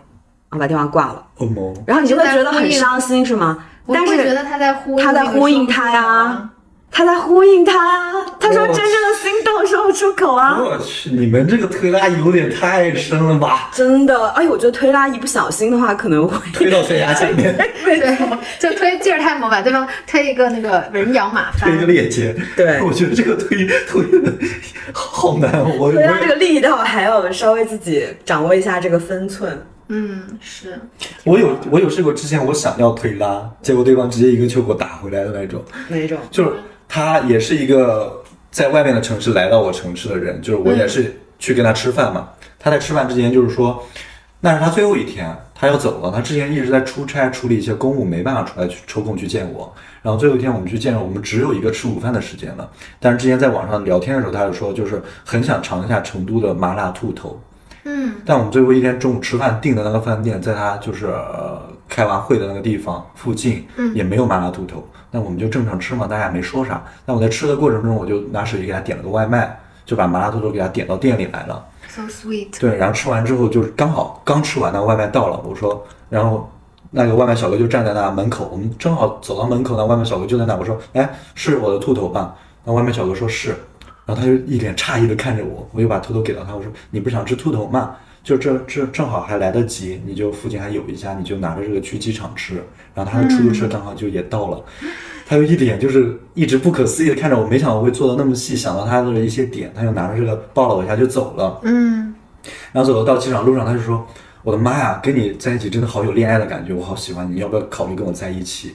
然后把电话挂了。
欧盟，
然后你就会觉得
就在呼
很
应
伤心，是吗？
我
但
会觉
是
得他在呼
他在
那个
呼应
说
他
出
呀
啊
他在呼应他啊，他说
我
真正的心动说不出口啊。
我去，你们这个推拉有点太深了吧，
真的，哎，我觉得推拉一不小心的话，可能会
推到悬崖下面，
对，就推劲儿太猛，把对方推一个那个人仰马翻
推。个链接，
对
我觉得这个推推的 好难，我我
推拉这个力道还要稍微自己掌握一下这个分寸。
嗯，是，
我有我有试过，之前我想要推拉，结果对方直接一个球给我打回来的那种。
哪种？
就是他也是一个在外面的城市来到我城市的人，就是我也是去跟他吃饭嘛。他在吃饭之前就是说，那是他最后一天，他要走了。他之前一直在出差，处理一些公务，没办法出来去抽空去见我。然后最后一天我们去见了，我们只有一个吃午饭的时间了。但是之前在网上聊天的时候，他就说就是很想尝一下成都的麻辣兔头。
嗯，
但我们最后一天中午吃饭订的那个饭店，在他就是、呃开完会的那个地方附近，也没有麻辣兔头。那我们就正常吃嘛，大家也没说啥。那我在吃的过程中，我就拿手机给他点了个外卖，就把麻辣兔头给他点到店里来了。
，so sweet。
对，然后吃完之后就是刚好刚吃完，那个外卖到了，我说，然后那个外卖小哥就站在那门口，我们正好走到门口，那外卖小哥就在那，我说，哎，是我的兔头吧？那外卖小哥说是，然后他就一脸诧异的看着我，我就把兔头给到他，我说你不想吃兔头吗？就这这正好还来得及，你就附近还有一家，你就拿着这个去机场吃。然后他的出租车刚好就也到了，他就一脸就是一直不可思议的看着我，没想到我会做的那么细，想到他的一些点，他就拿着这个抱了我一下就走了。
嗯，
然后走到机场路上，他就说：“我的妈呀，跟你在一起真的好有恋爱的感觉，我好喜欢你，要不要考虑跟我在一起？”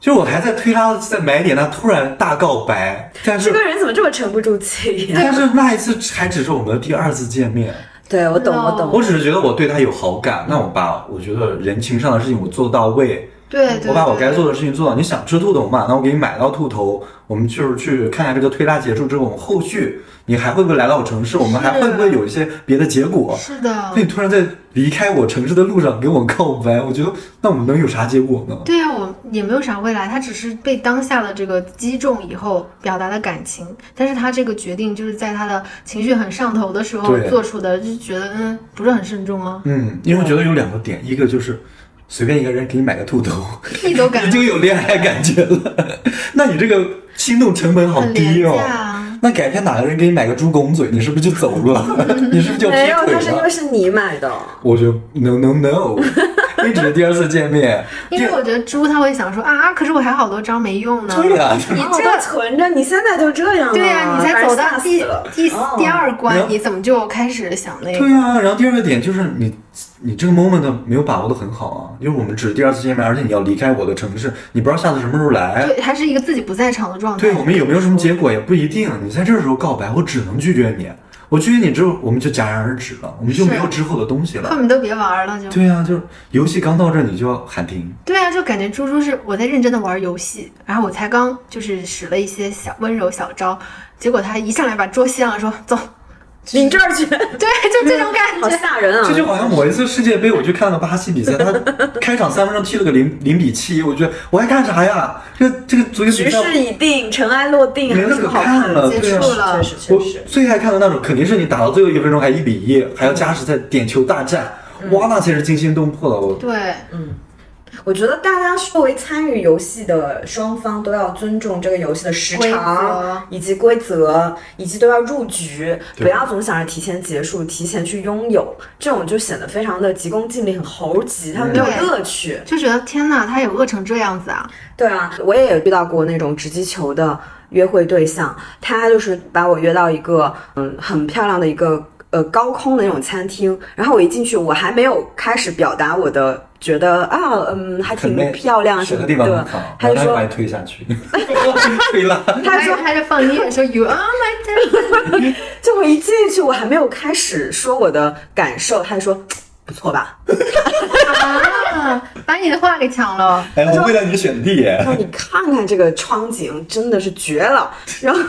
就是我还在推他在买点，他突然大告白，但是
这个人怎么这么沉不住气呀、
但是那一次还只是我们的第二次见面，
对我懂，我懂。
我只是觉得我对他有好感，那我把我觉得人情上的事情我做到位，
对对对，
嗯我把我该做的事情做到。你想吃兔头嘛？那我给你买到兔头，我们就是去看看这个推拉结束之后，我们后续你还会不会来到我城市？我们还会不会有一些别的结果？
是的
那，你突然在离开我城市的路上给我告白，我觉得那我们能有啥结果呢？
对啊，我也没有啥未来，他只是被当下的这个击中以后表达的感情，但是他这个决定就是在他的情绪很上头的时候
对
做出的，就觉得嗯不是很慎重啊，
嗯，因为我觉得有两个点，一个就是随便一个人给你买个兔头，
你都感
已
觉
经有恋爱感觉了，那你这个心动成本好
很
低
廉
哦
价。啊。
那改天哪个人给你买个猪拱嘴，你是不是就走了？ 你是不是就
没
劈
有，
腿
他是因为
了？
是你买的，
我就 no no no，你只是第二次见面，
因为我觉得猪他会想说啊，可是我还好多张没用呢。
对呀、
你
这
这哦存着，你现在就这样了，
对呀、你才走到第
吓死了
第
哦
第二
然后
关，你怎么就开始想那
对
个？
呀、然后第二个点就是你，你这个 moment 没有把握的很好啊，因为我们只是第二次见面，而且你要离开我的城市，你不知道下次什么时候来。
对，还是一个自己不在场的状态。
对我们有没有什么结果也不一定。你在这时候告白，我只能拒绝你。我拒绝你之后，我们就戛然而止了，我们就是没有之后的东西了。
恨不得别玩了就。
对呀、就是游戏刚到这，你就要喊停。
对啊，就感觉猪猪是我在认真的玩游戏，然后我才刚就是使了一些小温柔小招，结果他一上来把桌掀了，说走。
领证 去，
对，就这种感
好
觉。
吓人啊！
这就好像某一次世界杯，我去看了巴西比赛，他开场三分钟踢了个零零比七，我觉得我还看啥呀？这个这个足球
局
比赛，
势已定，尘埃落定，
没
还有什么
那么
好
看了
的？
对啊
确实确
我
实。
最爱看的那种肯定是你打到最后一分钟还一比一，还要加时赛点球大战，
嗯
哇，那才是惊心动魄的。我
对，
我觉得大家作为参与游戏的双方，都要尊重这个游戏的时
规则
长以及规则，以及都要入局，
对
不要总想着提前结束、提前去拥有，这种就显得非常的急功近利、很猴急，他们没有
对
嗯
乐趣。
就觉得天哪，他也饿成这样子啊！
对啊，我也遇到过那种直击球的约会对象，他就是把我约到一个嗯很漂亮的一个呃高空的那种餐厅，然后我一进去，我还没有开始表达我的觉得啊嗯还挺
很 man
漂亮什
选
么
个地方很
的
好，，
他就
然后把
啊说
你推下去， 推了。
他
说
说
他就放音乐说 You are my darling，
就我一进去，我还没有开始说我的感受，他就说不错吧，
啊把你的话给抢了。
哎，我为了你选地耶，
说你看看这个窗景，真的是绝了。 然后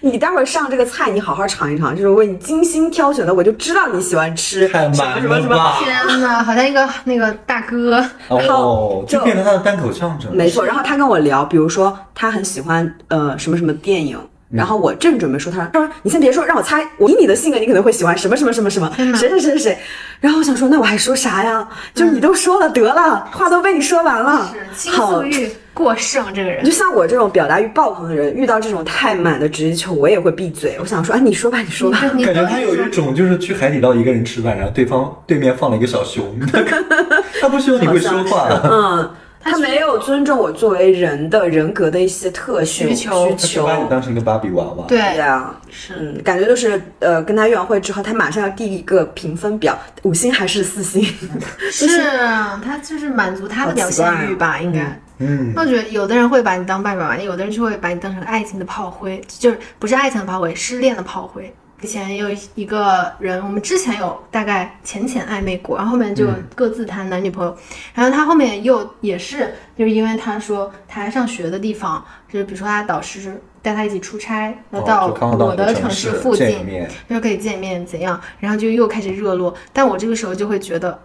你待会儿上这个菜，你好好尝一尝，就是为你精心挑选的，我就知道你喜欢吃
太
什么
满
什么什
了
么。
吧？
天哪，好像一个那个大哥，
哦，
就
就变成他的单口相声了。
没错，然后他跟我聊，比如说他很喜欢呃什么什么电影。
嗯
然后我正准备说，他说：“他说你先别说，让我猜，我以你的性格，你可能会喜欢什么什么什么什么，
哪
谁谁谁谁谁。”然后我想说，那我还说啥呀？就是你都说了，得了，话都被你说完了
是，倾
好
诉欲过剩，这个人
就。像我这种表达欲爆棚的人，遇到这种太满的直击球，我也会闭嘴。我想说，啊，你说吧，你说吧。
你
感觉他有一种就是去海底捞一个人吃饭，然后对方对面放了一个小熊， 他不需要你会说话，
嗯，他没有尊重我作为人的人格的一些特性
需
他
求
需
就把你
求。
当成一个芭比娃娃。
对，
对呀，
是
嗯，感觉就是呃，跟他约完会之后，他马上要递一个评分表，五星还是四星？
是啊，他就是满足他的表现欲吧，应该。
嗯，
我觉得有的人会把你当爸爸，有的人就会把你当成爱情的炮灰，就是不是爱情的炮灰，失恋的炮灰。以前有一个人，我们之前有大概浅浅暧昧过，然后后面就
嗯
各自谈男女朋友。然后他后面又也是，就是因为他说他上学的地方，就是比如说他导师带他一起出差，
哦
要到
就刚好到
我
你的
的
城
城
市
市附近，
见面
就是可以见面怎样，然后就又开始热络。但我这个时候就会觉得，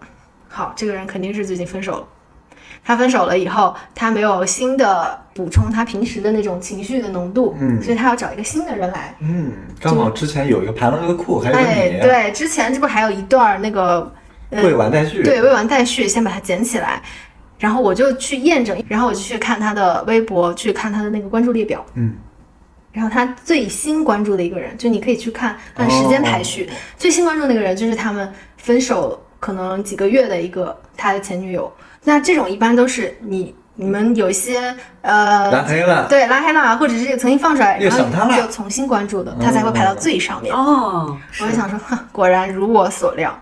好，这个人肯定是最近分手了。他分手了以后，他没有新的补充他平时的那种情绪的浓度，
嗯
所以他要找一个新的人来。
嗯，刚好之前有一个盘了个啊库，还有
哎，
个
对，之前这不还有一段儿那个
你，未完待续。
对，未完待续，先把它捡起来。然后我就去验证，然后我就去看他的微博，去看他的那个关注列表。
嗯，
然后他最新关注的一个人，就你可以去看按时间排
哦
序，最新关注那个人就是他们分手可能几个月的一个他的前女友。那这种一般都是你你们有一些呃
拉黑了，
对拉黑了，或者是曾经放出来，
又
然后
想他了嗯
又重新关注的，他才会排到最上面。
哦，
我就想说，哼，果然如我所料，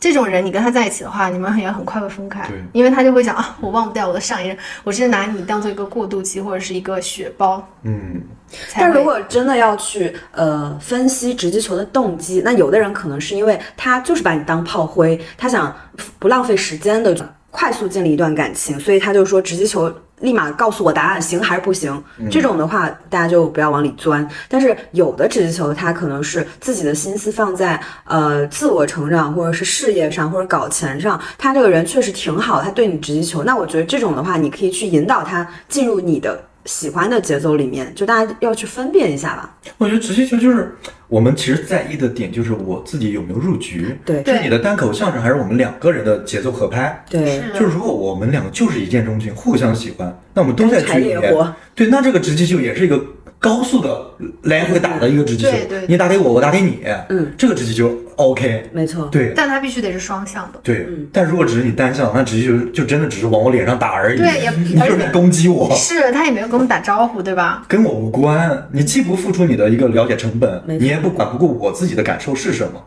这种人你跟他在一起的话，你们也很快会分开
对，
因为他就会想啊，我忘不掉我的上一任，我是拿你当做一个过渡期或者是一个血包。
嗯，
才
但
会
如果真的要去呃分析直击球的动机，那有的人可能是因为他就是把你当炮灰，他想不浪费时间的快速建立一段感情，所以他就说直击球。立马告诉我答案，行还是不行？这种的话，大家就不要往里钻。但是有的直击球，他可能是自己的心思放在呃自我成长，或者是事业上，或者搞钱上。他这个人确实挺好，他对你直击球，那我觉得这种的话，你可以去引导他进入你的喜欢的节奏里面，就大家要去分辨一下吧。
我觉得直接球就是我们其实在意的点，就是我自己有没有入局，
对
是你的单口相声还是我们两个人的节奏合拍？
对，
嗯
就是如果我们两个就是一见钟情，互相喜欢，那我们都
嗯
在
干柴
局里
烈火
面，对，那这个直击球也是一个高速的来回打的一个直击球
对对对，
你打给我，我打给你，
嗯，
这个直击球 OK，
没错，
对
但他必须得是双向的。
对，但如果只是你单向，那直接就就真的只是往我脸上打而已，
对也
你就是在攻击我，
是他也没有跟我们打招呼，对吧？
跟我无关。你既不付出你的一个了解成本，
没错
你也不管不顾我自己的感受是什么，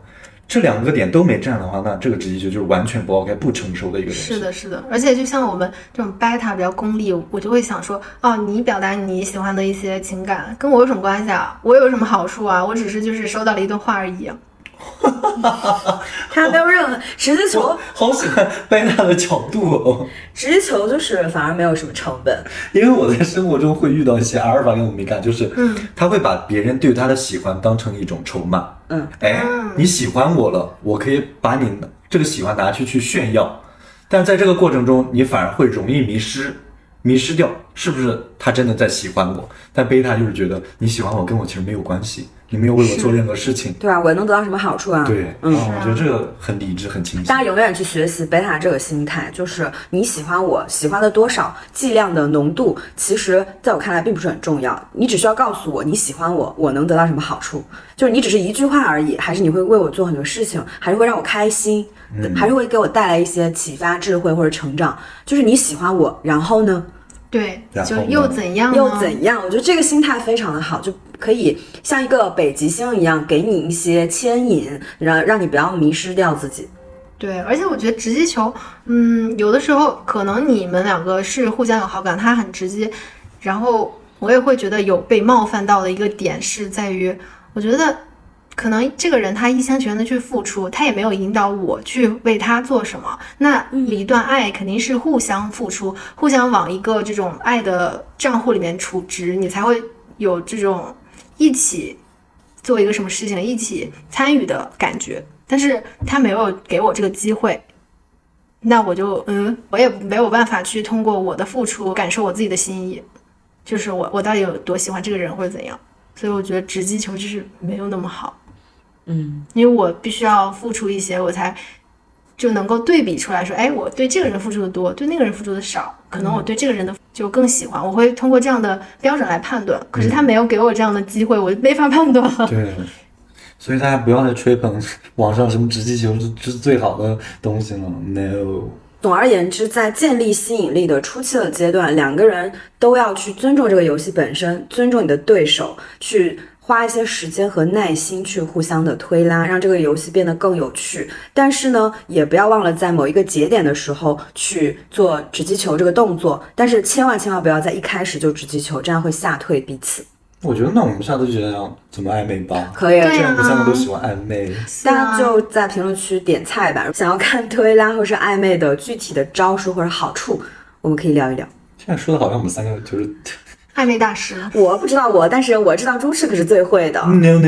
这两个点都没占的话，那这个直接就就是完全不 OK、不成熟的一个东西。
是的，是的，而且就像我们这种 beta 比较功利，我就会想说，哦，你表达你喜欢的一些情感，跟我有什么关系啊？我有什么好处啊？我只是就是收到了一顿话而已啊。
他没有任何直击
我
球，
好喜欢掰大的角度哦，
直击球就是反而没有什么成本。
因为我在生活中会遇到一些阿尔法跟我敏感，就是，嗯，他会把别人对他的喜欢当成一种筹码，
嗯，
哎，你喜欢我了，我可以把你这个喜欢拿去去炫耀，但在这个过程中，你反而会容易迷失，迷失掉是不是他真的在喜欢我？但贝塔就是觉得你喜欢我跟我其实没有关系，你没有为我做任何事情。
对吧？啊我能得到什么好处啊？
对，
嗯
然后我觉得这个很理智，很清晰
大。家永远去学习贝塔这个心态，就是你喜欢我喜欢的多少，剂量的浓度，其实在我看来并不是很重要。你只需要告诉我你喜欢我，我能得到什么好处？就是你只是一句话而已，还是你会为我做很多事情，还是会让我开心，还是会给我带来一些启发、智慧或者成长？就是你喜欢我，然后呢？
对
然，后
就
呢
又怎样呢？
又怎样？我觉得这个心态非常的好，就可以像一个北极星一样，给你一些牵引，让让你不要迷失掉自己。
对，而且我觉得直击球，嗯，有的时候可能你们两个是互相有好感，他很直接，然后我也会觉得有被冒犯到的一个点是在于，我觉得可能这个人他一厢情愿的去付出，他也没有引导我去为他做什么。那一段爱肯定是互相付出，互相往一个这种爱的账户里面储值，你才会有这种一起做一个什么事情、一起参与的感觉。但是他没有给我这个机会，那我就嗯，我也没有办法去通过我的付出感受我自己的心意，就是我我到底有多喜欢这个人或者怎样。所以我觉得直击球就是没有那么好，
嗯，
因为我必须要付出一些，我才就能够对比出来说，哎，我对这个人付出的多，对那个人付出的少，可能我对这个人的就更喜欢。我会通过这样的标准来判断，可是他没有给我这样的机会，我就没法判断了。
对，所以大家不要再吹捧网上什么直击球是是最好的东西了，no。
总而言之，在建立吸引力的初期的阶段，两个人都要去尊重这个游戏本身，尊重你的对手，去花一些时间和耐心去互相的推拉，让这个游戏变得更有趣。但是呢，也不要忘了在某一个节点的时候去做直击球这个动作，但是千万千万不要在一开始就直击球，这样会吓退彼此。
我觉得那我们下次就这样，怎么暧昧吧？
可以，
对
既然我们三个
啊
都喜欢暧昧，
大家就在评论区点菜吧。想要看推拉或是暧昧的具体的招数或者好处，我们可以聊一聊。
现在说的好像我们三个就是
暧昧大师，
我不知道我，但是我知道朱赤可是最会的。
no no no，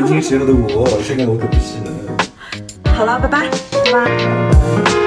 年轻时候的我，现在我可不是呢。
好了，拜拜。
对吧？